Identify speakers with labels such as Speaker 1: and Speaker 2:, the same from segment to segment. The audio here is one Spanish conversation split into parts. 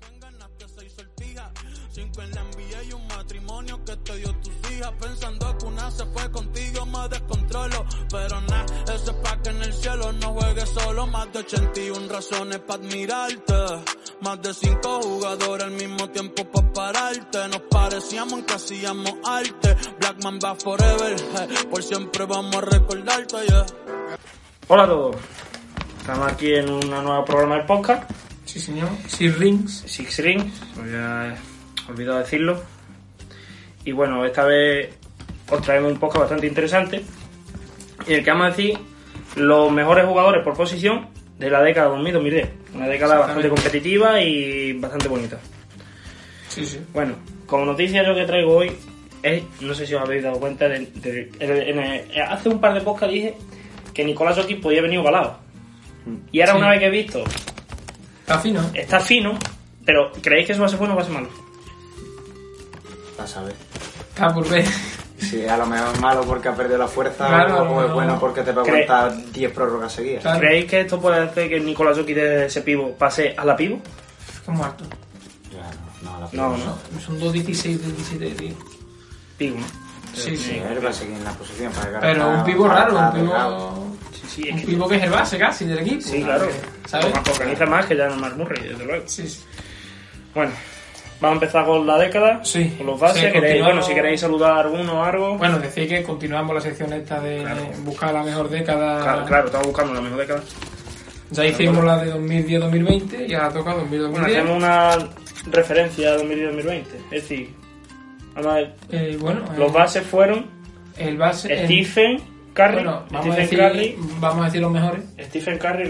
Speaker 1: Tú también ganaste seis sortijas, cinco en la NBA y un matrimonio que te dio tus hijas. Pensando que una se fue contigo, me descontrolo. Pero nada, ese pa' que en el cielo no juegue solo. Más de 81 razones para admirarte. Más de cinco jugadores al mismo tiempo para pararte. Nos parecíamos que hacíamos arte. Black Man va forever, eh, por siempre vamos a recordarte, yeah.
Speaker 2: Hola a todos. Estamos aquí en un nuevo programa del podcast,
Speaker 3: Sí, señor. Six Rings.
Speaker 2: Six Rings, me había olvidado decirlo. Y bueno, esta vez os traemos un podcast bastante interesante en el que vamos a decir los mejores jugadores por posición de la década 2000-2010. Una década bastante competitiva y bastante bonita.
Speaker 3: Sí, sí.
Speaker 2: Bueno, como noticia lo que traigo hoy es, no sé si os habéis dado cuenta, de- de- en- en- hace un par de podcasts dije que Nicolás Jokic podía venir ovalado. Y ahora
Speaker 3: Sí.
Speaker 2: una vez que he visto
Speaker 3: Está fino.
Speaker 2: Está fino, pero ¿creéis que eso va a ser bueno o va a ser malo?
Speaker 4: a saber.
Speaker 3: Está por ver.
Speaker 4: Si a lo mejor es malo porque ha perdido la fuerza,
Speaker 3: Claro,
Speaker 4: o es
Speaker 3: no.
Speaker 4: bueno porque te va a
Speaker 2: Cre-
Speaker 4: aguantar 10 prórrogas seguidas.
Speaker 3: Claro.
Speaker 2: ¿Creéis que esto puede hacer que Nicolás Jokic de ese pivo pase a la pivo?
Speaker 3: Está muerto.
Speaker 4: Ya, no, no, la
Speaker 2: No,
Speaker 4: primera
Speaker 2: no.
Speaker 3: Son 2, 16, 17, tío.
Speaker 2: Pivo, ¿no?
Speaker 3: Sí,
Speaker 4: Sí,
Speaker 3: sí.
Speaker 4: él va a seguir en la posición para que
Speaker 3: Pero un pivo raro, un pivo.
Speaker 2: Sí, sí, es
Speaker 3: Un
Speaker 2: que-
Speaker 3: pivo que es el base casi del equipo.
Speaker 2: sí, claro.
Speaker 3: ¿Sabes?
Speaker 2: Organiza más que ya no Mark Murray, desde luego.
Speaker 3: Sí, sí.
Speaker 2: Bueno, vamos a empezar con la década,
Speaker 3: Sí.
Speaker 2: con los bases.
Speaker 3: Sí,
Speaker 2: queréis-
Speaker 3: continuamos.
Speaker 2: bueno, si queréis saludar uno o algo.
Speaker 3: Bueno, decir que continuamos la sección esta de
Speaker 2: Claro.
Speaker 3: buscar la mejor década.
Speaker 2: claro, claro, estamos buscando la mejor década.
Speaker 3: Ya hicimos la de 2010-2020 y ahora toca
Speaker 2: Bueno,
Speaker 3: 2000-2010.
Speaker 2: hacemos una referencia a 2020. Es decir, vamos a ver,
Speaker 3: Eh, bueno, eh,
Speaker 2: los bases fueron
Speaker 3: el base. el-
Speaker 2: Stephen Curry,
Speaker 3: bueno, vamos a,
Speaker 2: Stephen
Speaker 3: decir,
Speaker 2: Curry,
Speaker 3: vamos a decir los mejores.
Speaker 2: Stephen Curry,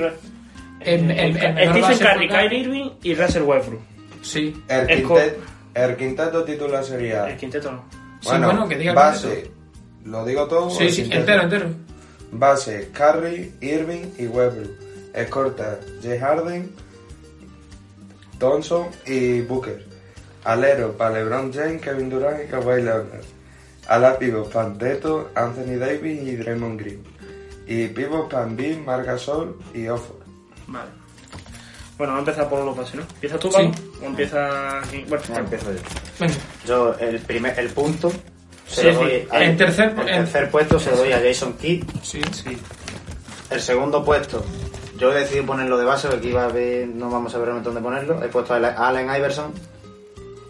Speaker 3: El, el, el mejor
Speaker 2: Stephen
Speaker 3: base
Speaker 2: Curry,
Speaker 3: fue-
Speaker 2: Kyrie Irving y Russell Westbrook.
Speaker 3: Sí.
Speaker 5: El,
Speaker 2: Es
Speaker 5: quintet- el quinteto titular sería.
Speaker 2: El quinteto no.
Speaker 3: Sí, bueno, que diga el
Speaker 5: base. ¿Lo digo todo? o
Speaker 3: Sí,
Speaker 5: el
Speaker 3: Oh, sí,
Speaker 5: quinteto?
Speaker 3: entero, entero.
Speaker 5: Base, Curry, Irving y Westbrook. Escorta, J. Harden, Thompson y Booker. Alero, para LeBron James, Kevin Durant y Kawhi Leonard. Ala pivot, Panteto, Anthony Davis y Draymond Green. Y pivot, Pan B, Marc Gasol y Offord.
Speaker 2: Vale. Bueno, vamos a empezar por los bases, ¿no? ¿Empiezas tú,
Speaker 3: Sí.
Speaker 2: Pablo? ¿O empieza aquí? Bueno,
Speaker 4: Ya empiezo yo.
Speaker 3: Venga.
Speaker 4: Yo el primer el punto se
Speaker 2: Sí,
Speaker 4: lo
Speaker 2: sí,
Speaker 4: doy a-
Speaker 3: en tercer-
Speaker 4: el
Speaker 3: en-
Speaker 4: tercer puesto se lo doy a Jason Kidd.
Speaker 3: Sí. ¿eh?
Speaker 2: sí.
Speaker 4: El segundo puesto, yo he decidido ponerlo de base porque iba a ver, no vamos a ver realmente dónde ponerlo. He puesto a Allen Iverson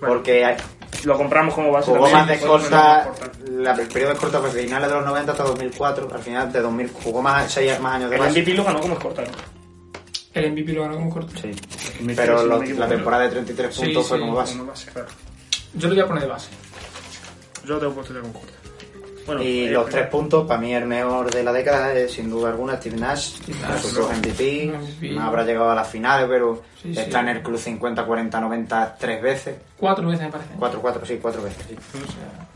Speaker 4: porque
Speaker 2: Lo compramos como base.
Speaker 4: jugó
Speaker 2: también.
Speaker 4: más de
Speaker 2: Podemos
Speaker 4: corta,
Speaker 2: ponerlo como corta.
Speaker 4: la, el periodo de corta fue finales de los 90 hasta 2004, al final de 2000 jugó más, seis más años de
Speaker 2: El
Speaker 4: base.
Speaker 2: MVP lo ganó como escorta, ¿no?
Speaker 3: El MVP lo ganó como corto.
Speaker 4: Sí.
Speaker 2: Me
Speaker 4: Pero
Speaker 2: parece
Speaker 4: lo-
Speaker 2: muy
Speaker 4: la
Speaker 2: bueno.
Speaker 4: temporada de 33
Speaker 3: Sí,
Speaker 4: puntos fue
Speaker 3: sí,
Speaker 4: como base.
Speaker 2: Como base, claro.
Speaker 3: Yo lo voy a poner de base.
Speaker 2: Yo tengo puesto ya como corta. Bueno,
Speaker 4: Y
Speaker 2: eh,
Speaker 4: los
Speaker 2: eh,
Speaker 4: tres puntos, para mí el mejor de la década es sin duda alguna Steve Nash,
Speaker 3: Nash,
Speaker 4: sus dos
Speaker 3: ¿no?
Speaker 4: MVP,
Speaker 3: MVP.
Speaker 4: no habrá llegado a las finales, pero
Speaker 3: Sí, sí.
Speaker 4: está en el club 50, 40, 90 tres veces,
Speaker 3: Cuatro veces me parece.
Speaker 4: cuatro, cuatro, sí, cuatro veces. sí.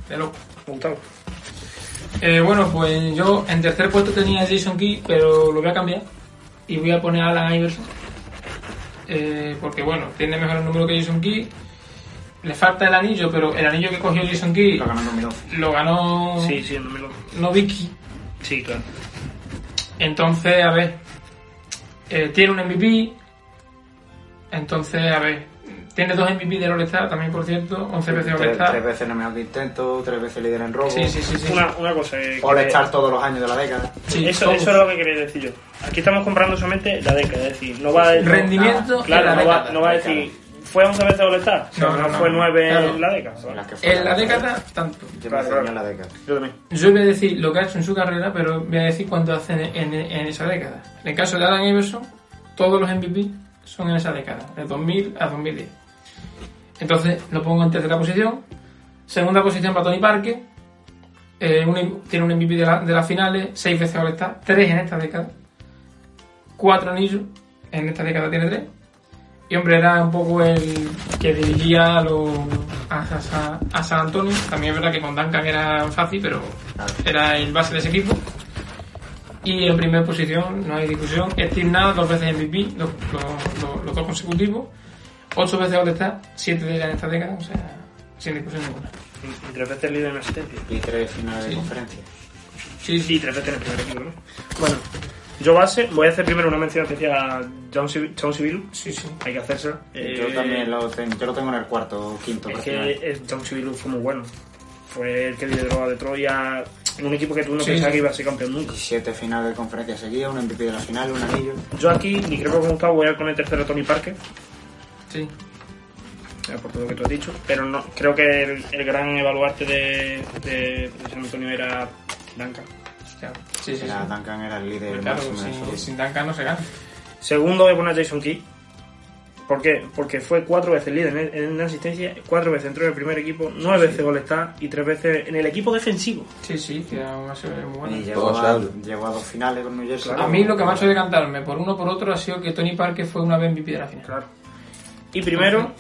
Speaker 3: De loco.
Speaker 2: Gustavo.
Speaker 3: Eh, bueno, pues yo en tercer puesto tenía a Jason Key, pero lo voy a cambiar. Y voy a poner a Alan Iverson. Eh, porque bueno, tiene mejor el número que Jason Key. Le falta el anillo, pero el anillo que cogió Jason Key
Speaker 4: Lo ganó en 2011.
Speaker 3: lo ganó
Speaker 2: Sí, sí, no me lo...
Speaker 3: Novicki.
Speaker 2: Sí, claro.
Speaker 3: Entonces, a ver. eh, tiene un MVP. Entonces, a ver. Tiene dos MVP de All-Star también, por cierto. 11 veces
Speaker 4: Tres, tres
Speaker 3: All-Star.
Speaker 4: veces en el mejor intento, tres veces líder en robo,
Speaker 3: Sí, sí, sí. sí.
Speaker 2: Una, una cosa que... que-
Speaker 4: All-Star todos los años de la década.
Speaker 3: Sí,
Speaker 2: eso,
Speaker 3: todos.
Speaker 2: eso es lo que quería decir yo. Aquí estamos comprando solamente la década, es decir, no va a decir...
Speaker 3: Rendimiento en
Speaker 2: Claro,
Speaker 3: la
Speaker 2: no va,
Speaker 3: década.
Speaker 2: no va a decir... ¿Fue 11 veces All-Star? O sea,
Speaker 3: No,
Speaker 2: no,
Speaker 3: no, no,
Speaker 2: fue
Speaker 3: no.
Speaker 2: 9
Speaker 3: Claro.
Speaker 2: en la década.
Speaker 4: En las
Speaker 2: ¿vale?
Speaker 4: que fue
Speaker 3: En la década, tanto.
Speaker 4: Yo me
Speaker 2: Claro,
Speaker 4: ceño
Speaker 2: claro.
Speaker 4: en la década.
Speaker 2: Yo también.
Speaker 3: Yo voy a decir lo que ha hecho en su carrera, pero voy a decir cuánto hacen en, en- en esa década. En el caso de Alan Iverson, todos los MVP son en esa década, de 2000 a 2010. Entonces lo pongo en tercera posición. Segunda posición para Tony Parker. Eh, un- tiene un MVP de, la- de las finales, seis veces ahora está, tres en esta década. Cuatro anillos, en esta década tiene tres. Y Y hombre, era un poco el que dirigía a, los- a, a- a San Antonio. También es verdad que con Duncan era fácil, pero era el base de ese equipo. Y en primera posición, no hay discusión, Steve Nash, dos veces MVP, los, los- los- los dos consecutivos. Ocho veces All-Star, siete de ellas en esta década, o sea, sin discusión ninguna.
Speaker 2: Y- y Tres veces líder en asistencia.
Speaker 4: Y tres finales
Speaker 3: Sí.
Speaker 4: de conferencia.
Speaker 3: Sí,
Speaker 2: Sí, tres veces en el primer equipo, ¿no? Bueno, yo base, voy a hacer primero una mención especial a John Siv- John Civil.
Speaker 3: Sí, sí.
Speaker 2: Hay que hacérsela.
Speaker 4: yo
Speaker 2: Eh,
Speaker 4: también lo tengo, yo lo tengo en el cuarto o quinto.
Speaker 2: Es
Speaker 4: prácticamente.
Speaker 2: que eh, es- John Civil fue muy bueno. Fue el que lideró a Detroit a- en un equipo que tú no
Speaker 3: Sí.
Speaker 2: pensabas que iba a ser campeón nunca.
Speaker 4: 17 finales de conferencia seguidas, un MVP de la final, un anillo.
Speaker 2: Yo aquí, ni creo que con Gustavo, voy a ir con el tercero Tony Parker,
Speaker 3: sí.
Speaker 2: eh, por todo lo que tú has dicho, pero no creo que el, el gran evaluarte de, de, de San Antonio era Duncan.
Speaker 3: Claro. Sí, sí, sí.
Speaker 4: Era Duncan era el líder
Speaker 3: Claro,
Speaker 4: máximo de
Speaker 3: sin,
Speaker 4: su
Speaker 3: sin Duncan no se gana.
Speaker 2: Segundo voy a poner a Jason Key. ¿Por qué? Porque fue cuatro veces líder en, en asistencia, cuatro veces entró en el primer equipo, nueve veces golestá y tres veces en el equipo defensivo.
Speaker 3: Sí, sí, que aún así es muy
Speaker 4: Y
Speaker 3: bueno.
Speaker 4: llegó
Speaker 5: Todos
Speaker 4: a,
Speaker 5: saben.
Speaker 4: llegó a dos finales con New Jersey.
Speaker 3: A mí lo que me ha hecho decantarme por uno o por otro ha sido que Tony Parker fue una vez MVP de la final.
Speaker 2: Claro. Y primero,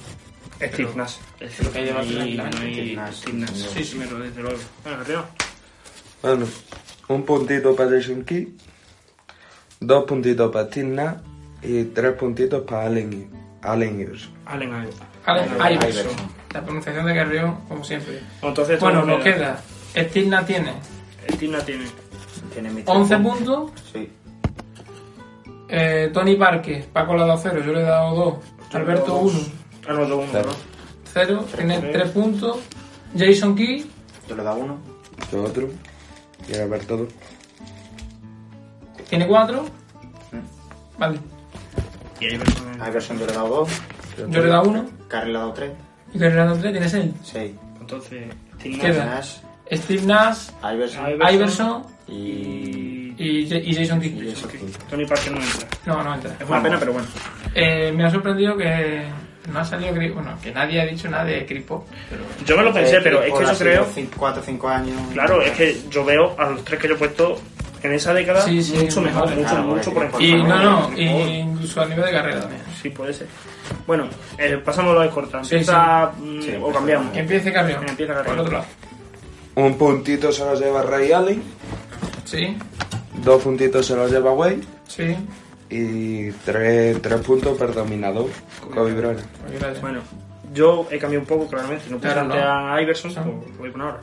Speaker 2: Steve Nash.
Speaker 3: Pero que lleva
Speaker 2: Y-
Speaker 3: tranquilamente
Speaker 2: y-
Speaker 4: Steve Nash.
Speaker 2: Steve Nash.
Speaker 4: Sí,
Speaker 3: sí.
Speaker 2: Primero, desde luego. Bueno, arriba.
Speaker 5: Bueno, un puntito para Jason Key, dos puntitos para Tina y tres puntitos para Allen, Allen Iverson.
Speaker 2: Allen Iverson.
Speaker 3: Allen
Speaker 4: Allen
Speaker 3: Iverson.
Speaker 4: Iverson.
Speaker 3: La pronunciación de Carrión, como siempre.
Speaker 2: Entonces,
Speaker 3: Bueno,
Speaker 2: todo
Speaker 3: nos queda. Steve Nash tiene
Speaker 2: Steve Nash tiene.
Speaker 4: Tiene mis tres
Speaker 3: 11 puntos.
Speaker 4: Sí.
Speaker 3: eh, Tony Parker, Paco le ha dado 0, yo le he dado 2. Alberto 1,
Speaker 2: Ah, no, yo uno,
Speaker 5: Claro.
Speaker 2: ¿no?
Speaker 3: 0. Tiene
Speaker 2: tres.
Speaker 3: 3 puntos. Jason Key,
Speaker 4: Yo le he dado uno.
Speaker 5: Lo otro, quiero ver todo.
Speaker 3: tiene 4. Vale,
Speaker 2: Y Iverson.
Speaker 4: A Iverson yo le he dado dos.
Speaker 3: yo le he dado 1.
Speaker 4: Carrie le ha dado tres.
Speaker 3: Y Carrión le ha dado 3, tiene 6.
Speaker 4: Seis.
Speaker 2: Entonces, Steve Nash.
Speaker 3: Queda.
Speaker 4: Nash,
Speaker 3: Steve Nash,
Speaker 4: Iverson
Speaker 2: Iverson.
Speaker 3: Iverson
Speaker 4: y...
Speaker 3: y, Ja- y Jason
Speaker 4: y
Speaker 3: Key.
Speaker 4: eso aquí.
Speaker 2: Tony Parker no entra.
Speaker 3: No, no entra.
Speaker 2: Es una pena, pero bueno.
Speaker 3: Eh, me ha sorprendido que no ha salido Cri- bueno, que nadie ha dicho nada de Cripo, pero
Speaker 2: Yo me lo pensé, pero es que
Speaker 4: Paul Eh, ha
Speaker 2: yo
Speaker 4: sido
Speaker 2: creo.
Speaker 4: cinco- Cuatro o cinco años.
Speaker 2: Claro, es que yo veo a los tres que yo he puesto en esa década
Speaker 3: Sí, sí,
Speaker 2: mucho mejor,
Speaker 3: mejor,
Speaker 2: mucho,
Speaker 4: claro, eh,
Speaker 2: mucho por
Speaker 4: porque-
Speaker 2: encima.
Speaker 3: y no, no,
Speaker 2: Por
Speaker 3: y
Speaker 2: favor.
Speaker 3: incluso a nivel de carrera también.
Speaker 2: Sí, puede ser. Bueno, eh, pasamos a lo de corta.
Speaker 3: Sí,
Speaker 2: Empieza mm,
Speaker 4: Sí,
Speaker 2: o
Speaker 4: empezamos.
Speaker 2: cambiamos.
Speaker 3: Que empiece Carrión.
Speaker 2: Que empiece Carrión.
Speaker 3: Por el otro lado.
Speaker 5: Un puntito se lo lleva Ray Allen,
Speaker 3: Sí,
Speaker 5: dos puntitos se los lleva Wade
Speaker 3: sí.
Speaker 5: y tres, tres puntos para dominador, Kobe Bryant.
Speaker 3: Porque gracias.
Speaker 2: Bueno, yo he cambiado un poco, claramente. No puse
Speaker 3: Claro,
Speaker 2: antes
Speaker 3: no.
Speaker 2: a Iverson,
Speaker 3: Sí.
Speaker 2: lo lo voy a poner ahora.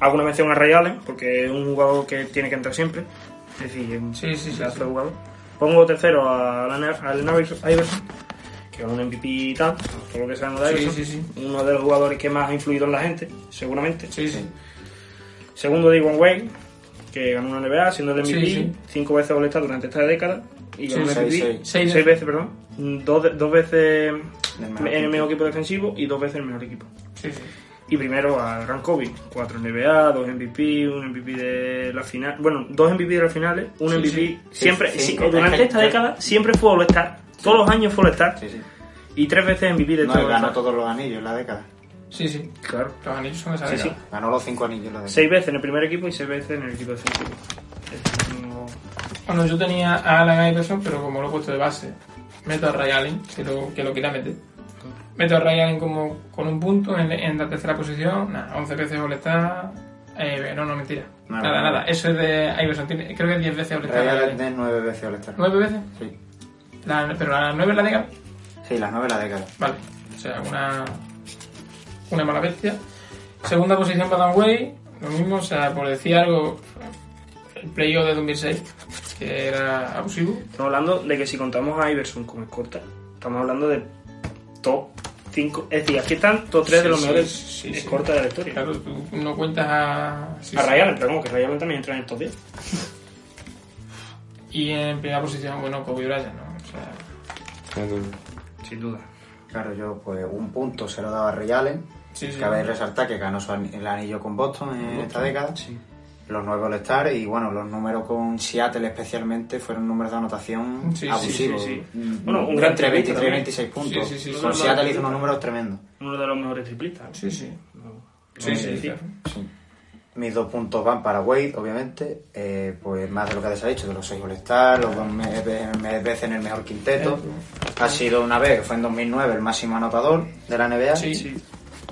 Speaker 2: Hago una mención a Ray Allen, porque es un jugador que tiene que entrar siempre. Es decir, un
Speaker 3: Sí, sí, sí,
Speaker 2: pedazo
Speaker 3: sí.
Speaker 2: de jugador. Pongo tercero a Allen a Allen Iverson, que es un MVP y tal, por lo que sabemos de
Speaker 3: Sí,
Speaker 2: Iverson.
Speaker 3: sí, sí.
Speaker 2: Uno de los jugadores que más ha influido en la gente, seguramente.
Speaker 3: Sí, sí.
Speaker 2: Segundo, Digon Wade, que ganó una NBA siendo el
Speaker 3: Sí,
Speaker 2: MVP,
Speaker 3: sí.
Speaker 2: cinco veces all durante esta década. Y ganó
Speaker 3: Sí,
Speaker 2: el
Speaker 4: sí,
Speaker 2: MVP
Speaker 4: sí.
Speaker 3: Seis
Speaker 2: seis,
Speaker 3: veces.
Speaker 2: veces, perdón. Mm, Dos, de- dos veces
Speaker 4: mejor
Speaker 2: en el
Speaker 4: equipo.
Speaker 2: mejor equipo defensivo y dos veces en el mejor equipo.
Speaker 3: Sí, sí.
Speaker 2: Y primero a Rankovic, cuatro NBA, dos MVP, un MVP de la final. Bueno, dos MVP de las finales, un
Speaker 3: Sí,
Speaker 2: MVP.
Speaker 3: sí.
Speaker 2: Siempre,
Speaker 4: Sí, sí,
Speaker 2: sí,
Speaker 4: sí.
Speaker 2: durante esta década, siempre fue All-Star. Todos los años fue All-Star.
Speaker 4: Sí, sí.
Speaker 2: Y tres veces MVP de
Speaker 4: No,
Speaker 2: todo
Speaker 4: él ganó
Speaker 2: All-Star.
Speaker 4: todos los anillos en la década.
Speaker 3: Sí, sí.
Speaker 2: Claro.
Speaker 3: Los anillos son de esa
Speaker 2: Sí, sí.
Speaker 3: década.
Speaker 4: Ganó los cinco anillos en la década.
Speaker 2: Seis veces en el primer equipo y seis veces en el equipo defensivo. Este es uno-
Speaker 3: Bueno, yo tenía a Alan Iverson, pero como lo he puesto de base, meto a Ray Allen, que lo, que lo quería meter. Meto a Ray Allen como, con un punto en, en la tercera posición, nada, 11 veces all Eh, no, no, mentira.
Speaker 4: Nada,
Speaker 3: Nada, nada,
Speaker 4: nada.
Speaker 3: Eso es de Iverson, tiene- creo que es 10 veces all
Speaker 4: Ray Allen eh. de nueve veces All-Star.
Speaker 3: ¿Nueve veces?
Speaker 4: Sí.
Speaker 3: La- pero la 9 es la década.
Speaker 4: Sí, las nueve en la década.
Speaker 3: Vale, o sea, una, una mala bestia. Segunda posición para Dan Way, lo mismo, o sea, por decir algo, el playoff de 2006, que era abusivo.
Speaker 2: Estamos hablando de que si contamos a Iverson como escolta, estamos hablando de top 5. Es decir, aquí están top 3
Speaker 3: Sí,
Speaker 2: de los
Speaker 3: sí,
Speaker 2: mejores
Speaker 3: sí, sí.
Speaker 2: escoltas de la historia.
Speaker 3: Claro, tú no cuentas a... sí,
Speaker 2: a
Speaker 3: sí.
Speaker 2: Ray Allen, pero como que Ray Allen también entra en el top 10.
Speaker 3: Y en primera posición, bueno, Kobe Bryant, ¿no? O sea,
Speaker 2: Sin duda.
Speaker 4: Claro, yo pues un punto se lo daba a Ray Allen.
Speaker 3: sí, sí.
Speaker 4: Cabe resaltar que ganó su ani- el anillo con Boston en esta década. Los nueve All-Star y bueno, los números con Seattle especialmente fueron números de anotación
Speaker 3: Sí, sí,
Speaker 4: abusivos.
Speaker 2: sí, sí.
Speaker 4: Mm,
Speaker 2: Bueno, un gran
Speaker 4: entre
Speaker 2: triplete
Speaker 4: 23 y
Speaker 2: también.
Speaker 4: 26 puntos.
Speaker 3: Sí, sí, sí.
Speaker 4: con Seattle hizo unos números tremendos.
Speaker 2: Uno de los mejores triplistas.
Speaker 3: Sí, sí.
Speaker 2: No,
Speaker 3: Sí,
Speaker 2: no
Speaker 3: sí,
Speaker 2: decir.
Speaker 3: claro.
Speaker 4: Sí. Mis dos puntos van para Wade, obviamente. eh, pues más de lo que se ha dicho, de los seis All-Star, los dos me- ve- me- veces en el mejor quinteto. Ha sido una vez, que fue en 2009, el máximo anotador de la NBA.
Speaker 3: Sí.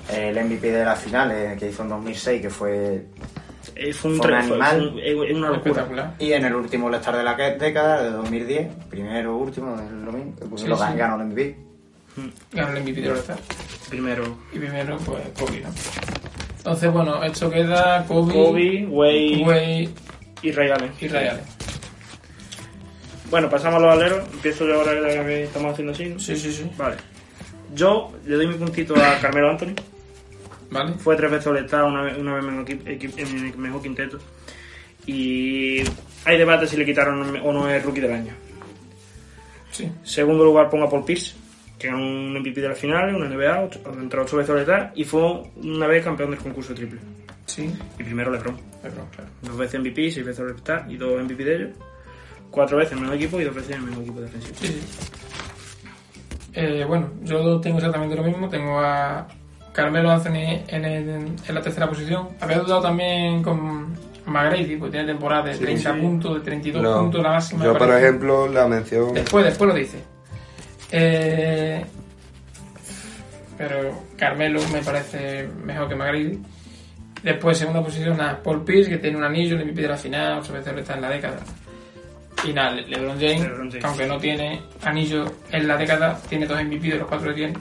Speaker 4: El MVP de la final eh, que hizo en 2006, que fue
Speaker 2: Eh, fue un,
Speaker 4: Fue un
Speaker 2: tre- fue-
Speaker 4: animal.
Speaker 2: fue un- eh, una locura.
Speaker 3: Espectacular.
Speaker 4: Y en el último All-Star de la que- década, de 2010, primero, último, es lo mismo, pues
Speaker 3: Sí,
Speaker 4: lo
Speaker 3: sí.
Speaker 4: ganó el MVP.
Speaker 3: Ganó el MVP de All-Star.
Speaker 2: Primero,
Speaker 3: Y primero, pues, Kobe, ¿no? Entonces, bueno, esto queda Kobe,
Speaker 2: Kobe, Wade
Speaker 3: Wade
Speaker 2: y Ray Allen.
Speaker 3: y Ray Allen.
Speaker 2: Bueno, pasamos a los aleros. Empiezo yo ahora ya que estamos haciendo así. ¿no?
Speaker 3: Sí, sí, sí.
Speaker 2: Vale. Yo le doy mi puntito a Carmelo Anthony.
Speaker 3: ¿Vale?
Speaker 2: Fue tres veces All-Star, una vez, una vez mejor qui- equi- en el mejor quinteto. Y hay debate si le quitaron o no el rookie del año.
Speaker 3: Sí.
Speaker 2: Segundo lugar pongo a Paul Pierce, que ganó un MVP de la final, una NBA, ocho- entró ocho veces All-Star y fue una vez campeón del concurso triple.
Speaker 3: Sí.
Speaker 2: Y primero LeBron.
Speaker 3: Pero, claro.
Speaker 2: Dos veces MVP, seis veces All-Star y dos MVP de ellos. Cuatro veces en el mismo equipo y dos veces en el mismo equipo defensivo.
Speaker 3: Sí, sí. Eh, bueno, yo tengo exactamente lo mismo. Tengo a Carmelo Anthony en, el- en la tercera posición. Había dudado también con McGrady, porque tiene temporada de 30 puntos, de 32
Speaker 5: No.
Speaker 3: puntos, la máxima.
Speaker 5: Yo,
Speaker 3: me
Speaker 5: por
Speaker 3: parece.
Speaker 5: ejemplo, la mención.
Speaker 3: Después, después lo dice. Eh, pero Carmelo me parece mejor que Magridi. Después, segunda posición, a Paul Pierce, que tiene un anillo, le MVP de la final, ocho veces está en la década. Y nada, Le- LeBron James,
Speaker 2: LeBron James.
Speaker 3: que aunque no tiene anillo en la década, tiene dos MVP de los cuatro que tiene.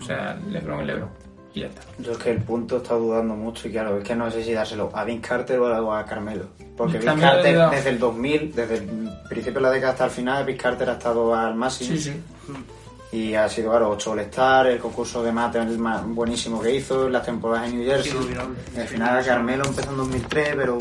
Speaker 3: O sea, LeBron y LeBron. Y ya está.
Speaker 4: Yo es que el punto está dudando mucho y claro, es que no sé si dárselo a Vince Carter o a- o a Carmelo. Porque Vince
Speaker 3: También
Speaker 4: Carter
Speaker 3: le he dado.
Speaker 4: desde el 2000, desde el principio de la década hasta el final, Vince Carter ha estado al máximo.
Speaker 3: Sí, sí.
Speaker 4: Y ha sido, claro, 8 All-Star, el concurso de mate el más buenísimo que hizo, las temporadas en New Jersey.
Speaker 2: Inolvidable.
Speaker 4: Y al final Carmelo empezó en 2003, pero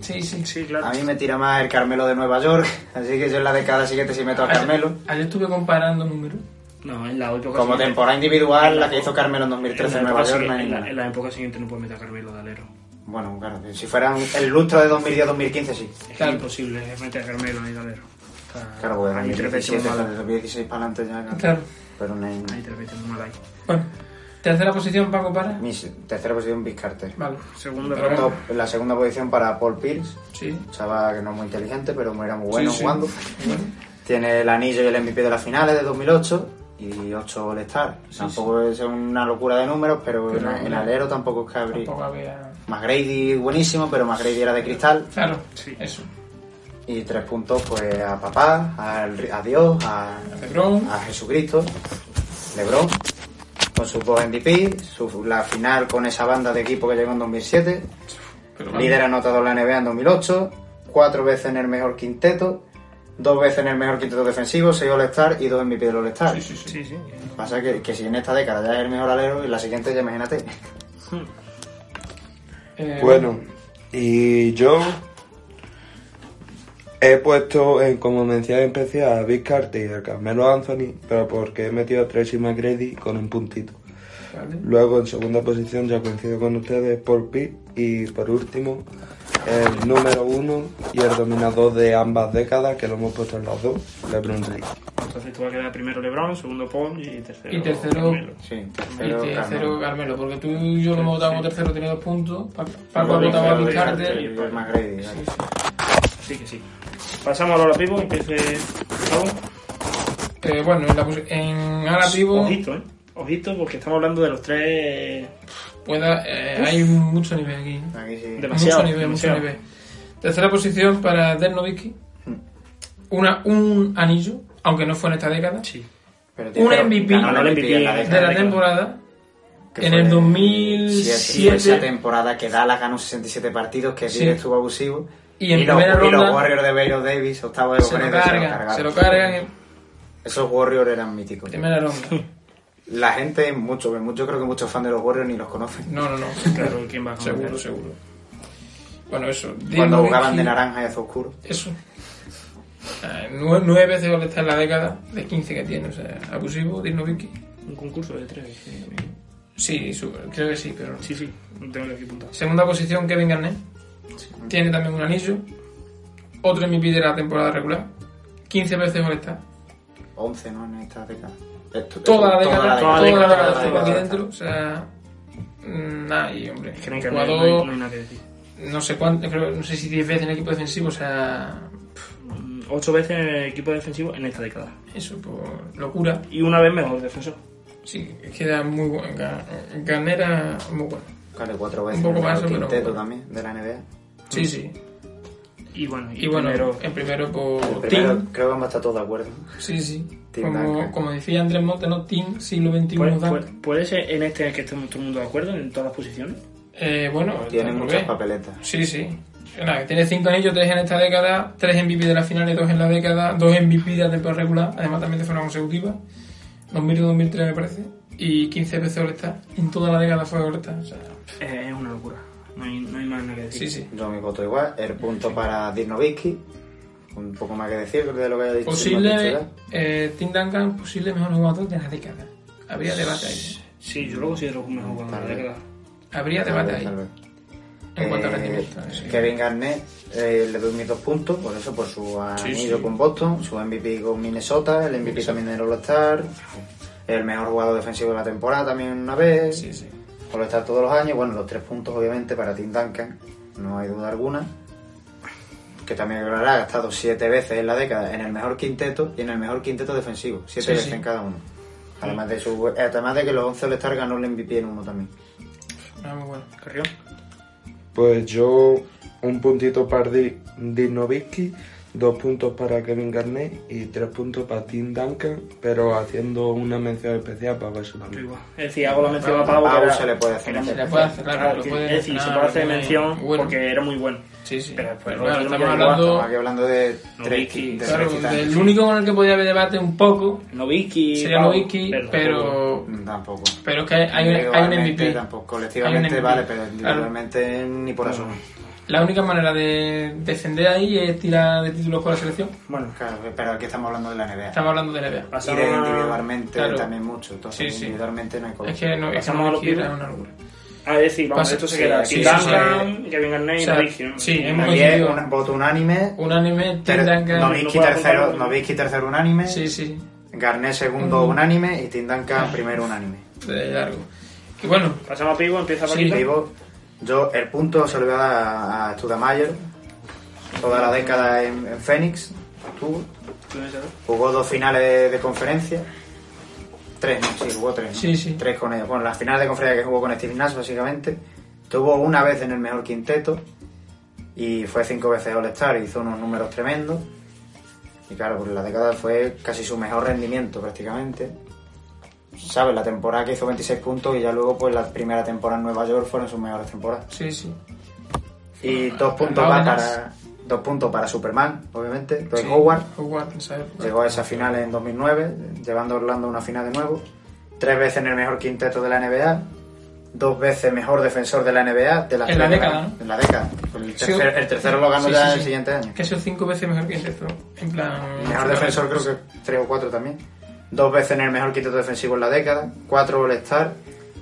Speaker 3: Sí, sí.
Speaker 2: Sí,
Speaker 4: a
Speaker 2: claro.
Speaker 4: mí me tira más el Carmelo de Nueva York. Así que yo en la década siguiente sí meto a Carmelo.
Speaker 3: Ayer estuve comparando números.
Speaker 2: No, en la época
Speaker 4: Como
Speaker 2: siguiente-
Speaker 4: temporada individual, la que hizo Carmelo en 2013 en
Speaker 2: época
Speaker 4: Nueva York,
Speaker 2: siguiente-
Speaker 4: no hay
Speaker 2: en la-
Speaker 4: ninguna.
Speaker 2: en la época siguiente no puedes meter a Carmelo de alero.
Speaker 4: Bueno, claro, si fueran el lustro de 2010-2015, sí.
Speaker 2: Es
Speaker 3: Claro.
Speaker 2: imposible meter a Carmelo ahí de alero. Está-
Speaker 4: Claro, porque
Speaker 2: hay tres veces
Speaker 4: 2017,
Speaker 2: muy mal.
Speaker 4: 2016 para adelante ya. claro.
Speaker 3: Claro.
Speaker 4: Pero no hay.
Speaker 2: Hay tres veces muy mal ahí.
Speaker 3: Bueno, tercera posición, Paco, para.
Speaker 4: Mi tercera posición, Vince Carter.
Speaker 3: Vale.
Speaker 2: Segundo
Speaker 3: Pero
Speaker 2: round.
Speaker 4: Top- la segunda posición para Paul Pierce,
Speaker 3: Sí.
Speaker 4: chaval que no es muy inteligente, pero era muy bueno
Speaker 3: Sí, sí.
Speaker 4: jugando.
Speaker 3: Bueno.
Speaker 4: Tiene el anillo y el MVP de las finales de 2008 y 8 All-Star. tampoco es una locura de números, pero,
Speaker 3: Pero
Speaker 4: el, el
Speaker 3: no.
Speaker 4: alero tampoco es que abrir.
Speaker 3: Tampoco había.
Speaker 4: McGrady buenísimo, pero McGrady era de cristal.
Speaker 3: Claro,
Speaker 2: Sí.
Speaker 3: eso.
Speaker 4: Y tres puntos pues a papá, al- a Dios, a,
Speaker 3: LeBron,
Speaker 4: a Jesucristo, LeBron, con sus dos MVP, su- la final con esa banda de equipo que llegó en 2007,
Speaker 3: pero
Speaker 4: líder anotado en la NBA en 2008, cuatro veces en el mejor quinteto, dos veces en el mejor quinteto defensivo, seis All-Star y dos MVP del All-Star.
Speaker 3: Sí, sí, sí.
Speaker 2: Sí, sí.
Speaker 4: Pasa que, que si en esta década ya es el mejor alero, en la siguiente ya imagínate.
Speaker 3: Eh,
Speaker 5: Bueno, y yo he puesto en, como mención especial a Vic Carter y a Carmelo Anthony, pero porque he metido a Tracy McGrady con un puntito.
Speaker 3: vale.
Speaker 5: Luego en segunda posición ya coincido con ustedes por Pitt y por último el número uno y el dominador de ambas décadas que lo hemos puesto en las dos, LeBron James.
Speaker 2: Entonces tú vas a quedar primero LeBron, segundo Paul y tercero.
Speaker 3: Y tercero-
Speaker 2: Carmelo.
Speaker 4: Sí,
Speaker 3: Y
Speaker 4: tercero,
Speaker 3: tercero
Speaker 4: Carmelo.
Speaker 3: Carmelo, porque tú y yo lo hemos votado como tercero, tiene dos puntos. Pa- Paco ha
Speaker 4: Luego
Speaker 3: votado a
Speaker 4: Vince
Speaker 3: Vince
Speaker 4: Carter
Speaker 3: Carter.
Speaker 4: y McGrady. vale.
Speaker 2: Sí, que sí. Pasamos ahora a los pibos. Empiece Raúl.
Speaker 3: Eh, bueno, en, la posi- en ahora vivo
Speaker 2: Ojito, ¿eh? Ojito, porque estamos hablando de los tres.
Speaker 3: pueda, eh, hay mucho nivel aquí.
Speaker 4: Aquí sí.
Speaker 2: De- Demasiado,
Speaker 3: mucho nivel,
Speaker 2: demasiado.
Speaker 3: mucho nivel. Tercera posición para Dirk Nowitzki. Una, un anillo, aunque no fue en esta década,
Speaker 2: Sí.
Speaker 4: Pero,
Speaker 3: un MVP
Speaker 4: ganó el MVP en la
Speaker 2: de
Speaker 3: de
Speaker 4: década.
Speaker 3: la temporada.
Speaker 4: que
Speaker 3: En
Speaker 4: fue
Speaker 3: el
Speaker 4: de
Speaker 3: 2007.
Speaker 4: siete, fue Esa temporada que Dallas ganó 67 partidos, que
Speaker 3: Sí.
Speaker 4: Dirk estuvo abusivo.
Speaker 3: Y en
Speaker 4: los,
Speaker 3: primera
Speaker 4: y los
Speaker 3: ronda-
Speaker 4: Warriors de Baylor Davis, octavo de
Speaker 3: Se lo
Speaker 4: oponente,
Speaker 3: cargan, se lo cargan en
Speaker 4: Esos Warriors eran míticos.
Speaker 3: primera ronda.
Speaker 4: La gente, mucho, mucho creo que muchos fans de los Warriors ni los conocen.
Speaker 3: No, no, no.
Speaker 2: Claro, ¿quién va a ganar?
Speaker 3: Seguro, seguro. Bueno, eso.
Speaker 4: Cuando
Speaker 3: Dirk
Speaker 4: jugaban
Speaker 3: Nowitzki,
Speaker 4: de naranja y azul oscuro.
Speaker 3: Eso. Eh, nue- nueve veces gol está en la década de 15 que tiene, o sea, abusivo, Dirk
Speaker 2: Un concurso de tres.
Speaker 3: eh,
Speaker 2: sí, también.
Speaker 3: Sí, su- creo que sí, pero.
Speaker 2: Sí, sí. No tengo aquí apuntado.
Speaker 3: Segunda posición, Kevin Garnett. Tiene también un anillo. Otro MVP de la temporada regular. 15 veces gol está.
Speaker 4: 11, ¿no? En esta década. Esto-
Speaker 3: Toda la década, toda la década
Speaker 4: toda la
Speaker 3: estuvo aquí
Speaker 4: década.
Speaker 3: dentro. O sea, mm, Nah, y hombre,
Speaker 2: Es que no hay, que- no hay-
Speaker 3: jugador,
Speaker 2: no hay nada que decir.
Speaker 3: no sé cuánto, creo- no sé si 10 veces en el equipo defensivo, o sea,
Speaker 2: Mm, Ocho veces en el equipo defensivo en esta década.
Speaker 3: eso por locura.
Speaker 2: Y una vez mejor defensor.
Speaker 3: Sí, queda muy bueno. Ganera, muy bueno.
Speaker 4: Claro, cuatro veces.
Speaker 3: Un poco
Speaker 4: en el
Speaker 3: más, pero-
Speaker 4: quinteto también, de la NBA. Mm.
Speaker 3: Sí, sí.
Speaker 2: Y bueno, y,
Speaker 3: Y bueno,
Speaker 2: primero-
Speaker 3: el primero
Speaker 4: El
Speaker 3: por
Speaker 4: primero,
Speaker 3: Team.
Speaker 4: creo que vamos a estar todos de acuerdo.
Speaker 3: Sí, sí.
Speaker 4: Tim Duncan.
Speaker 3: Como, como decía Andrés Monte, ¿no? Team siglo XXI.
Speaker 2: ¿puede,
Speaker 3: Duncan.
Speaker 2: puede- Pues, puede ser en este en el que estemos todo el mundo de acuerdo en todas las posiciones?
Speaker 3: Eh, bueno,
Speaker 4: Tiene
Speaker 3: está muy
Speaker 4: muchas
Speaker 3: bien.
Speaker 4: papeletas.
Speaker 3: Sí, sí. Nada, que tiene 5 anillos, 3 en esta década, 3 MVP de las finales, 2 en la década, 2 MVP de la temporada regular, además también de forma consecutiva, 2002-2003 me parece, y 15 veces All-Star, en toda la década fue All-Star, o sea,
Speaker 2: Eh, es una locura. No hay, no hay más nada que decir.
Speaker 3: sí, sí.
Speaker 4: Yo mi voto igual. El punto para Dirnovitsky. Un poco más que decir de lo que haya dicho. hemos dicho
Speaker 3: Posible,
Speaker 4: ya.
Speaker 3: eh, Tim Duncan, posible mejor jugador de la década. Habría debate ahí.
Speaker 2: Sí, yo lo considero un mejor jugador de la década.
Speaker 3: Habría
Speaker 4: Tal
Speaker 3: debate
Speaker 4: vez,
Speaker 3: ahí,
Speaker 4: tal vez.
Speaker 3: en cuanto a
Speaker 4: Eh,
Speaker 3: rendimiento. sí.
Speaker 4: Kevin Garnett eh, le doy mis dos puntos, por eso, por su anillo
Speaker 3: sí.
Speaker 4: con Boston, su MVP con Minnesota, el MVP también de All-Star, el mejor jugador defensivo de la temporada también una vez,
Speaker 3: Sí, sí.
Speaker 4: All-Star todos los años, bueno, los tres puntos obviamente para Tim Duncan, no hay duda alguna, que también lo ha gastado siete veces en la década en el mejor quinteto y en el mejor quinteto defensivo, siete
Speaker 3: Sí,
Speaker 4: veces
Speaker 3: sí.
Speaker 4: en cada uno. Además de, su, además de que los 11 All-Star ganó el MVP en uno también.
Speaker 3: Ah, muy bueno.
Speaker 2: Carrión.
Speaker 5: Pues yo un puntito para Di- Dirnovitsky, dos puntos para Kevin Garnett y tres puntos para Tim Duncan, pero haciendo una mención especial para eso
Speaker 2: Tú
Speaker 5: también.
Speaker 2: igual. Es decir, hago la mención a
Speaker 3: Pablo,
Speaker 2: Pavo. que
Speaker 4: Pau
Speaker 2: era-
Speaker 4: se le puede hacer
Speaker 2: era muy-
Speaker 3: Se le puede hacer, claro,
Speaker 2: Claro,
Speaker 3: lo
Speaker 2: que-
Speaker 3: puede
Speaker 2: Ah, es decir, se
Speaker 3: mencionar,
Speaker 2: puede hacer
Speaker 3: porque-
Speaker 2: mención
Speaker 3: bueno.
Speaker 2: porque era muy bueno.
Speaker 3: Sí, sí.
Speaker 2: Pero después,
Speaker 3: Pero claro,
Speaker 2: Roberto
Speaker 3: estamos
Speaker 2: Miguel
Speaker 3: hablando...
Speaker 4: Estamos aquí hablando de tres,
Speaker 2: Nowitzki,
Speaker 4: de tres
Speaker 3: Claro,
Speaker 4: titanes.
Speaker 3: del único con el que podía haber debate un poco
Speaker 2: Novitsky.
Speaker 3: sería
Speaker 2: Pavo,
Speaker 3: Novitsky,
Speaker 2: tampoco-
Speaker 3: pero,
Speaker 4: Mm, Tampoco.
Speaker 3: pero es que hay, hay un- hay un
Speaker 4: Individualmente
Speaker 3: MVP.
Speaker 4: Tampoco. Colectivamente
Speaker 3: Hay un MVP,
Speaker 4: vale, pero
Speaker 3: claro.
Speaker 4: individualmente ni por eso.
Speaker 3: La única manera de defender ahí es tirar de títulos con la selección.
Speaker 2: Bueno,
Speaker 4: Claro, pero aquí estamos hablando de la NBA.
Speaker 3: Estamos hablando de NBA.
Speaker 4: y
Speaker 2: pasamos
Speaker 4: de
Speaker 2: a-
Speaker 4: individualmente
Speaker 3: Claro.
Speaker 4: también mucho. Entonces,
Speaker 3: Sí, sí.
Speaker 4: individualmente no hay color.
Speaker 3: Es que no, es que
Speaker 2: Pasamos
Speaker 3: no
Speaker 2: a los
Speaker 3: aquí era
Speaker 2: pibes.
Speaker 3: una locura.
Speaker 2: A Ah, decir, vamos,
Speaker 3: Pasa-
Speaker 2: esto se
Speaker 3: sí,
Speaker 2: queda.
Speaker 4: sí,
Speaker 2: Tim
Speaker 4: sí,
Speaker 2: Duncan, Kevin
Speaker 3: O
Speaker 2: Garnett y
Speaker 3: sea,
Speaker 2: Novitsky. ¿no?
Speaker 3: sí, hemos
Speaker 4: Aquí es
Speaker 3: coincidido.
Speaker 4: un voto unánime.
Speaker 3: Un anime, Tim
Speaker 4: ter-
Speaker 3: Duncan.
Speaker 4: Nowitzki
Speaker 2: No puedo
Speaker 4: tercero,
Speaker 2: apuntarlo.
Speaker 4: Nowitzki tercero unánime.
Speaker 3: Sí, sí,
Speaker 4: Garnet segundo
Speaker 3: Mm.
Speaker 4: unánime y Tim Duncan primero unánime.
Speaker 3: de largo. Y bueno,
Speaker 2: Pasamos a Pivo, empieza
Speaker 3: Sí,
Speaker 2: Paquito.
Speaker 4: Vivo, yo el punto se lo voy a dar a, a Studamayer. Toda la década en, en Phoenix. Estuvo.
Speaker 2: Tú no sabes.
Speaker 4: Jugó dos finales de conferencia. Tres, ¿no? Sí, jugó tres. ¿no?
Speaker 3: Sí, sí.
Speaker 4: Tres con ellos. Bueno, las finales de conferencia que jugó con Steve Nash, básicamente. Tuvo una vez en el mejor quinteto. Y fue cinco veces All-Star. Hizo unos números tremendos. Y claro, pues la década fue casi su mejor rendimiento, prácticamente. ¿Sabes? La temporada que hizo 26 puntos y ya luego, pues, la primera temporada en Nueva York fueron sus mejores temporadas.
Speaker 3: sí, sí.
Speaker 4: Y dos puntos,
Speaker 3: lado
Speaker 4: va
Speaker 3: de Nash.
Speaker 4: para, dos puntos para Superman, obviamente. Roy
Speaker 3: Sí,
Speaker 4: Howard.
Speaker 3: Howard, en esa época.
Speaker 4: Llegó a esa final en 2009, llevando a Orlando a una final de nuevo. Tres veces en el mejor quinteto de la NBA. Dos veces mejor defensor de la NBA. De las
Speaker 3: En la
Speaker 4: tres
Speaker 3: década,
Speaker 4: grandes-
Speaker 3: ¿no?
Speaker 4: En la década. El,
Speaker 3: Sí.
Speaker 4: tercer- el tercero lo ganó
Speaker 3: Sí, sí,
Speaker 4: ya el
Speaker 3: sí.
Speaker 4: siguiente año.
Speaker 3: Que ha sido cinco veces mejor que Inter, En plan.
Speaker 4: Mejor defensor creo que tres o cuatro también. Dos veces en el mejor quinteto defensivo en la década. Cuatro All-Star.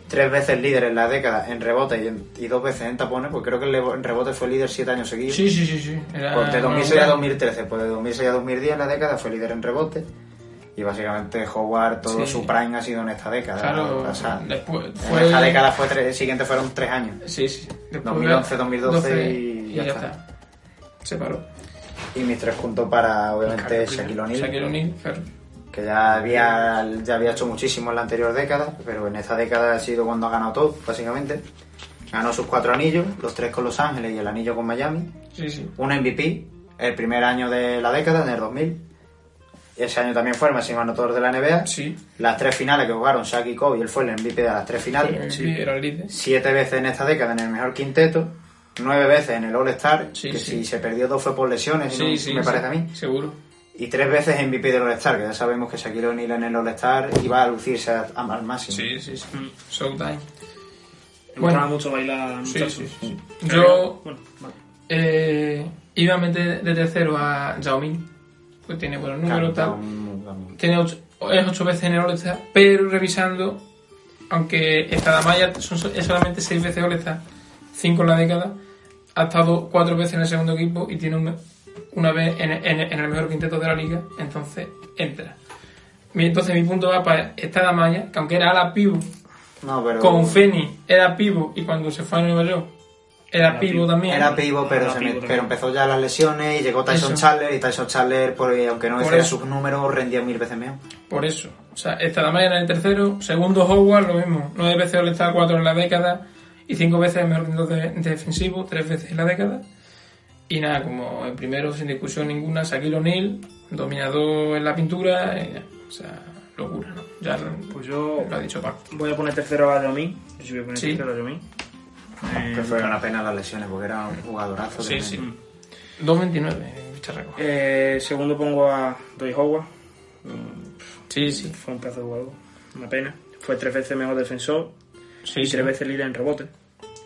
Speaker 4: Tres veces líder en la década en rebote y, en- y dos veces en tapones. Pues creo que el levo- en rebote fue líder siete años seguidos.
Speaker 3: Sí, sí, sí, sí. Era
Speaker 4: Pues de
Speaker 3: una
Speaker 4: 2006 a
Speaker 3: locura.
Speaker 4: 2013, pues de 2006 a 2010 la década fue líder en rebote y básicamente Howard
Speaker 3: Sí.
Speaker 4: todo su prime ha sido en esta década.
Speaker 3: Claro,
Speaker 4: O sea,
Speaker 3: después
Speaker 4: en
Speaker 3: fue-
Speaker 4: esta década fue tres, el siguiente fueron tres años.
Speaker 3: Sí, sí. Después
Speaker 4: 2011, 2012
Speaker 3: 12,
Speaker 4: y ya
Speaker 3: ya
Speaker 4: está.
Speaker 3: está. Se paró.
Speaker 4: Y mis tres puntos para obviamente Shaquille
Speaker 3: Shaquille
Speaker 4: O'Neal,
Speaker 3: O'Neal, claro.
Speaker 4: que ya había, ya había hecho muchísimo en la anterior década, pero en esta década ha sido cuando ha ganado todo, básicamente. Ganó sus cuatro anillos, los tres con Los Ángeles y el anillo con Miami.
Speaker 3: Sí, sí.
Speaker 4: un MVP el primer año de la década, en el 2000. Ese año también fue el máximo anotador de la NBA.
Speaker 3: Sí.
Speaker 4: Las tres finales que jugaron Shaq y Kobe, él fue el MVP de las tres
Speaker 3: Pero
Speaker 4: finales.
Speaker 3: sí, Eh, era el líder.
Speaker 4: Siete veces en esta década en el mejor quinteto, nueve veces en el All-Star,
Speaker 3: Sí,
Speaker 4: que
Speaker 3: sí.
Speaker 4: si se perdió dos fue por lesiones,
Speaker 3: Sí,
Speaker 4: ¿no?
Speaker 3: sí.
Speaker 4: me
Speaker 3: sí,
Speaker 4: parece a mí.
Speaker 3: Seguro.
Speaker 4: Y tres veces MVP del All-Star, que ya sabemos que Shaquille O'Neal en el All-Star iba a lucirse a- a- al máximo.
Speaker 3: Sí, sí, sí. Showtime.
Speaker 2: Me
Speaker 3: Bueno.
Speaker 2: gustaba mucho bailar,
Speaker 3: Sí,
Speaker 2: muchachos.
Speaker 3: sí, sí.
Speaker 2: Pero,
Speaker 3: Yo
Speaker 2: Bueno, vale.
Speaker 3: eh, iba a meter de tercero a Yao Ming, pues tiene buenos números,
Speaker 4: Claro,
Speaker 3: tal.
Speaker 4: un- un-
Speaker 3: Tiene ocho, es ocho veces en el All-Star, pero revisando, aunque esta Damaya son, so- es solamente seis veces All-Star, cinco en la década, ha estado cuatro veces en el segundo equipo y tiene un- una vez en, en- en el mejor quinteto de la liga, entonces entra. Mi- Entonces mi punto va para esta Damaya, que aunque era ala pivo,
Speaker 4: No, pero.
Speaker 3: Con Feni era pivo y cuando se fue a Nueva York era,
Speaker 2: Era
Speaker 3: pivo
Speaker 2: pivo.
Speaker 3: también.
Speaker 4: Era pivo, pero,
Speaker 2: Era
Speaker 4: se
Speaker 2: pivo
Speaker 4: me-
Speaker 2: también.
Speaker 4: pero empezó ya las lesiones y llegó Tyson
Speaker 3: Eso.
Speaker 4: Chandler y Tyson Chandler, por- aunque no
Speaker 3: Por
Speaker 4: hiciera
Speaker 3: eso.
Speaker 4: sus números, rendía mil veces mejor.
Speaker 3: Por eso. O sea, Estadamaya era el tercero, segundo Howard, lo mismo. Nueve veces all Star, cuatro en la década y cinco veces el mejor quinteto de, defensivo, tres veces en la década. Y nada, como el primero sin discusión ninguna, Shaquille O'Neal, dominador en la pintura, eh, o sea, locura, ¿no? Ya lo,
Speaker 2: Pues yo
Speaker 3: lo ha dicho Paco.
Speaker 2: voy a poner tercero a Yomín. Yo sí voy a poner
Speaker 3: Sí.
Speaker 2: tercero a Yomín. Eh,
Speaker 4: Que fue una pena las lesiones porque era un jugadorazo.
Speaker 3: Sí,
Speaker 4: tremendo.
Speaker 3: sí. 2.29, bicharraco.
Speaker 2: eh, segundo pongo a Doy Howard. Mm,
Speaker 3: Sí, sí.
Speaker 2: Fue un pedazo de jugador. Una pena. Fue tres veces mejor defensor
Speaker 3: Sí,
Speaker 2: y
Speaker 3: sí.
Speaker 2: tres veces líder en rebote.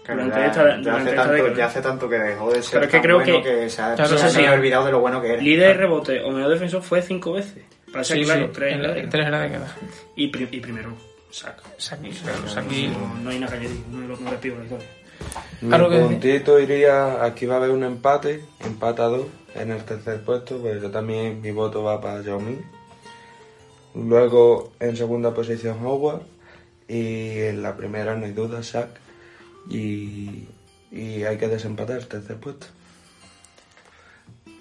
Speaker 4: Claro,
Speaker 2: Durante
Speaker 4: ya,
Speaker 2: esta-
Speaker 4: ya
Speaker 2: durante
Speaker 4: hace
Speaker 2: esta
Speaker 4: tanto,
Speaker 2: década.
Speaker 4: ya hace tanto que dejó de ser
Speaker 2: Pero es que
Speaker 4: tan
Speaker 2: creo que-
Speaker 4: bueno que se ha,
Speaker 3: Claro,
Speaker 4: se
Speaker 3: sí,
Speaker 4: ha
Speaker 3: sí.
Speaker 4: olvidado de lo bueno que era.
Speaker 2: Líder en rebote o mejor defensor fue cinco veces. Para ser
Speaker 3: Sí,
Speaker 2: claro,
Speaker 3: sí,
Speaker 2: tres.
Speaker 3: en
Speaker 2: en
Speaker 3: la-
Speaker 2: la
Speaker 3: en
Speaker 2: década.
Speaker 3: tres en la década.
Speaker 2: Y, pri- y primero, saca.
Speaker 3: Saki, claro, Saki.
Speaker 2: No, no hay nada que añadir. Uno de los mejores pibos de la historia.
Speaker 5: Mi
Speaker 3: Claro que-
Speaker 5: puntito iría, aquí va a haber un empate, empate a dos en el tercer puesto, pero yo también mi voto va para Xiaomi. Luego en segunda posición Howard y en la primera no hay duda Shaq y, y hay que desempatar el tercer puesto.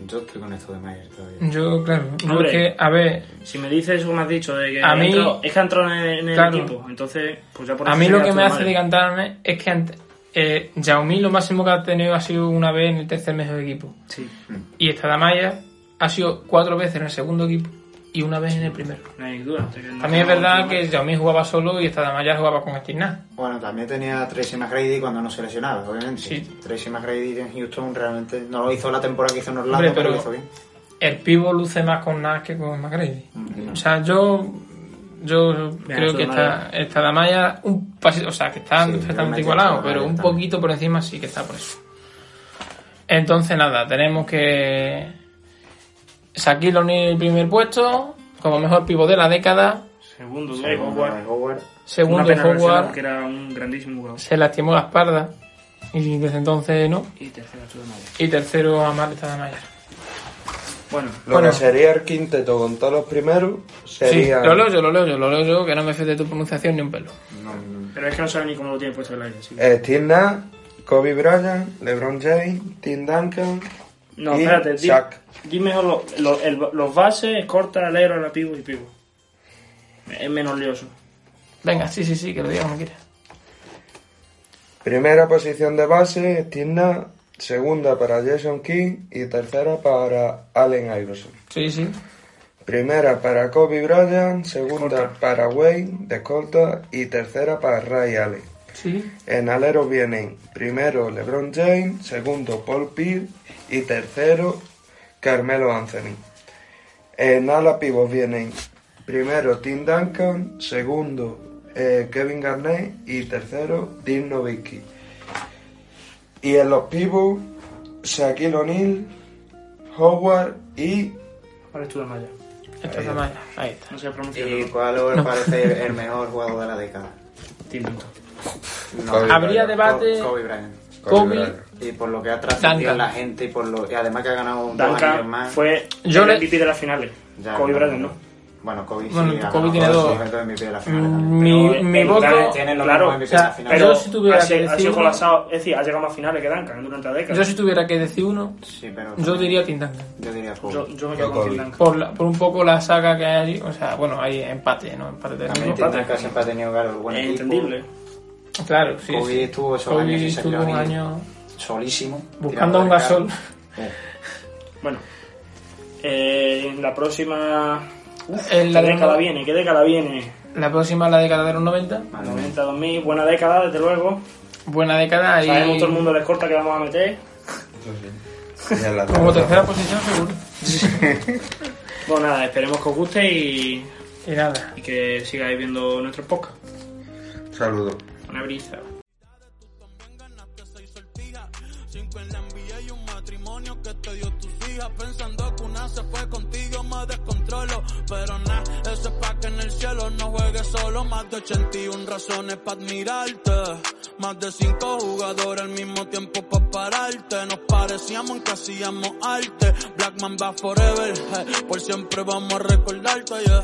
Speaker 4: Yo estoy con esto de Mayer todavía.
Speaker 2: Mm.
Speaker 3: Yo, claro. yo
Speaker 2: Hombre.
Speaker 3: es que, a ver,
Speaker 2: Si me dices eso que me has dicho, de que
Speaker 3: A mí-
Speaker 2: entró- es que ha entrado en, en el
Speaker 3: Claro.
Speaker 2: equipo, entonces, pues ya por
Speaker 3: A
Speaker 2: eso
Speaker 3: mí
Speaker 2: se
Speaker 3: lo
Speaker 2: queda
Speaker 3: que me
Speaker 2: todo
Speaker 3: hace
Speaker 2: mal.
Speaker 3: decantarme es que ante, eh, Xiaomi lo máximo que ha tenido ha sido una vez en el tercer mejor equipo.
Speaker 2: Sí,
Speaker 3: Y Estadamaya ha sido cuatro veces en el segundo equipo y una vez en el primero.
Speaker 2: no hay duda. de que no
Speaker 3: También
Speaker 2: estamos
Speaker 3: es verdad
Speaker 2: mal.
Speaker 3: que Xiaomi jugaba solo y Estadamaya jugaba con Estigna.
Speaker 4: Bueno, también tenía a Tracy McGrady cuando no se lesionaba, obviamente.
Speaker 3: Sí.
Speaker 4: Tracy McGrady en Houston realmente no lo hizo la temporada que hizo en Orlando,
Speaker 3: Hombre,
Speaker 4: pero,
Speaker 3: pero-
Speaker 4: lo hizo bien.
Speaker 3: El pivo luce más con Nas que con McGrady.
Speaker 4: Mm-hmm.
Speaker 3: O sea, yo yo
Speaker 2: Mira,
Speaker 3: creo que está
Speaker 2: Estadamaya.
Speaker 3: Estadamaya un pasito, o sea, que está
Speaker 4: Sí,
Speaker 3: perfectamente
Speaker 4: realmente
Speaker 3: igualado,
Speaker 4: Estadamaya
Speaker 3: pero un
Speaker 4: está.
Speaker 3: poquito por encima sí que está por eso. Entonces, nada, tenemos que. Shaquille O'Neal el primer puesto, como mejor pivo de la década.
Speaker 2: Segundo, Dwight
Speaker 4: Segundo,
Speaker 2: Howard.
Speaker 4: Dwight Howard.
Speaker 3: Segundo,
Speaker 2: Una pena haber lesionado,
Speaker 3: Howard
Speaker 2: que era un grandísimo jugador.
Speaker 3: se lastimó la espalda y desde entonces no.
Speaker 2: Y tercero, todo mal.
Speaker 3: Y tercero, Amar Estadamaya.
Speaker 2: Bueno,
Speaker 5: Lo
Speaker 3: Bueno.
Speaker 5: que sería el quinteto con todos los primeros
Speaker 3: Sí,
Speaker 5: sería...
Speaker 3: lo leo yo, lo leo yo, lo leo yo, que no me fío de tu pronunciación ni un pelo.
Speaker 2: pero es que no sabe ni cómo lo tiene puesto el aire. así que-
Speaker 5: Eh, Steve Nash, Kobe Bryant, LeBron James, Tim Duncan.
Speaker 2: No,
Speaker 5: y
Speaker 2: espérate, di,
Speaker 5: Shaq.
Speaker 2: di mejor lo- lo- el- los bases, corta, alero, la pivo y pivo. Es menos lioso.
Speaker 3: Venga, sí, sí, sí, que lo diga como quieras.
Speaker 5: Primera posición de base, Steve Nash, segunda para Jason King y tercera para Allen Iverson.
Speaker 3: Sí, sí.
Speaker 5: Primera para Kobe Bryant, segunda para Wayne de escolta y tercera para Ray Allen.
Speaker 3: Sí.
Speaker 5: En alero vienen primero LeBron James, segundo Paul Pierce y tercero Carmelo Anthony. En ala pivot vienen primero Tim Duncan, segundo eh, Kevin Garnett y tercero Tim Nowitzki. Y en los pivos Shaquille O'Neal, Howard y
Speaker 2: ¿Cuál es tu malla?
Speaker 3: Esta es la malla. Ahí está.
Speaker 2: No sé pronunciar.
Speaker 4: ¿Y cuál os parece el mejor jugador de la década? No,
Speaker 5: Kobe
Speaker 3: Habría
Speaker 5: Bryant.
Speaker 3: debate
Speaker 4: Kobe Bryant.
Speaker 3: Kobe.
Speaker 5: Bryant.
Speaker 4: Y por lo que ha trascendido
Speaker 3: Duncan.
Speaker 4: la gente y por lo y además que ha ganado un dos años
Speaker 2: Duncan
Speaker 4: más.
Speaker 2: fue
Speaker 3: Yo
Speaker 2: el
Speaker 3: le-
Speaker 2: MVP de las finales.
Speaker 4: Ya,
Speaker 2: Kobe Bryant, ¿no?
Speaker 4: Bueno, Kobe sí
Speaker 3: Bueno,
Speaker 4: ha
Speaker 3: Kobe
Speaker 4: ganado
Speaker 3: tiene
Speaker 4: todos
Speaker 3: dos.
Speaker 4: los objetos de MVP de la final también.
Speaker 3: Mi,
Speaker 2: Pero eh,
Speaker 3: mi
Speaker 2: el
Speaker 3: voto.
Speaker 2: Gales
Speaker 4: Tiene los
Speaker 2: Claro,
Speaker 4: mismos MVP de la
Speaker 3: o sea,
Speaker 4: final.
Speaker 2: Pero
Speaker 3: Yo si tuviera
Speaker 2: ha,
Speaker 3: que
Speaker 2: sido- ha sido
Speaker 3: decirlo-
Speaker 2: colapsado, es decir, ha llegado más finales que Duncan durante la década.
Speaker 3: Yo si tuviera que decir uno,
Speaker 4: Sí, pero-
Speaker 3: yo diría Tim Duncan.
Speaker 4: Yo diría Kobe.
Speaker 2: Yo, yo me
Speaker 5: Yo
Speaker 2: quedo con
Speaker 5: Kobe.
Speaker 2: Tim Duncan.
Speaker 3: Por, la- por un poco la saga que hay allí. O sea, bueno, hay empate, ¿no? Empate
Speaker 4: También
Speaker 3: técnico.
Speaker 4: Tim Duncan siempre ha tenido claro, el buen
Speaker 2: Es
Speaker 4: equipo.
Speaker 2: entendible.
Speaker 3: Claro, sí.
Speaker 4: Kobe
Speaker 3: sí.
Speaker 4: estuvo esos
Speaker 3: Kobe
Speaker 4: años sin
Speaker 3: estuvo
Speaker 4: Shaquille
Speaker 3: un
Speaker 4: O'Neal.
Speaker 3: año
Speaker 4: solísimo.
Speaker 3: buscando a un
Speaker 4: tirando
Speaker 3: gasol.
Speaker 4: de cara.
Speaker 2: Bueno, eh, la próxima. Uf,
Speaker 3: En la
Speaker 2: ¿Qué
Speaker 3: década-
Speaker 2: década viene? ¿Qué década viene?
Speaker 3: La próxima, la década de los 90.
Speaker 4: Madre mía.
Speaker 2: 90, 2000, buena década, desde luego.
Speaker 3: Buena década y.
Speaker 2: Sabemos todo el mundo les corta que vamos a meter.
Speaker 5: Y en la
Speaker 3: Como tercera
Speaker 5: tercera-
Speaker 3: posición, seguro.
Speaker 2: Bueno, nada, esperemos que os guste y,
Speaker 3: Y nada.
Speaker 2: y que sigáis viendo nuestros podcasts.
Speaker 5: Saludos.
Speaker 2: Una brisa.
Speaker 1: Cinco en la NBA y un matrimonio que te dio tus hijas Pensando que una se fue contigo me descontrolo Pero nada, ese pa' que en el cielo no juegues solo Más de 81 razones para admirarte Más de cinco jugadores al mismo tiempo para pararte Nos parecíamos en que hacíamos arte Blackman va forever, eh, por siempre vamos a recordarte yeah.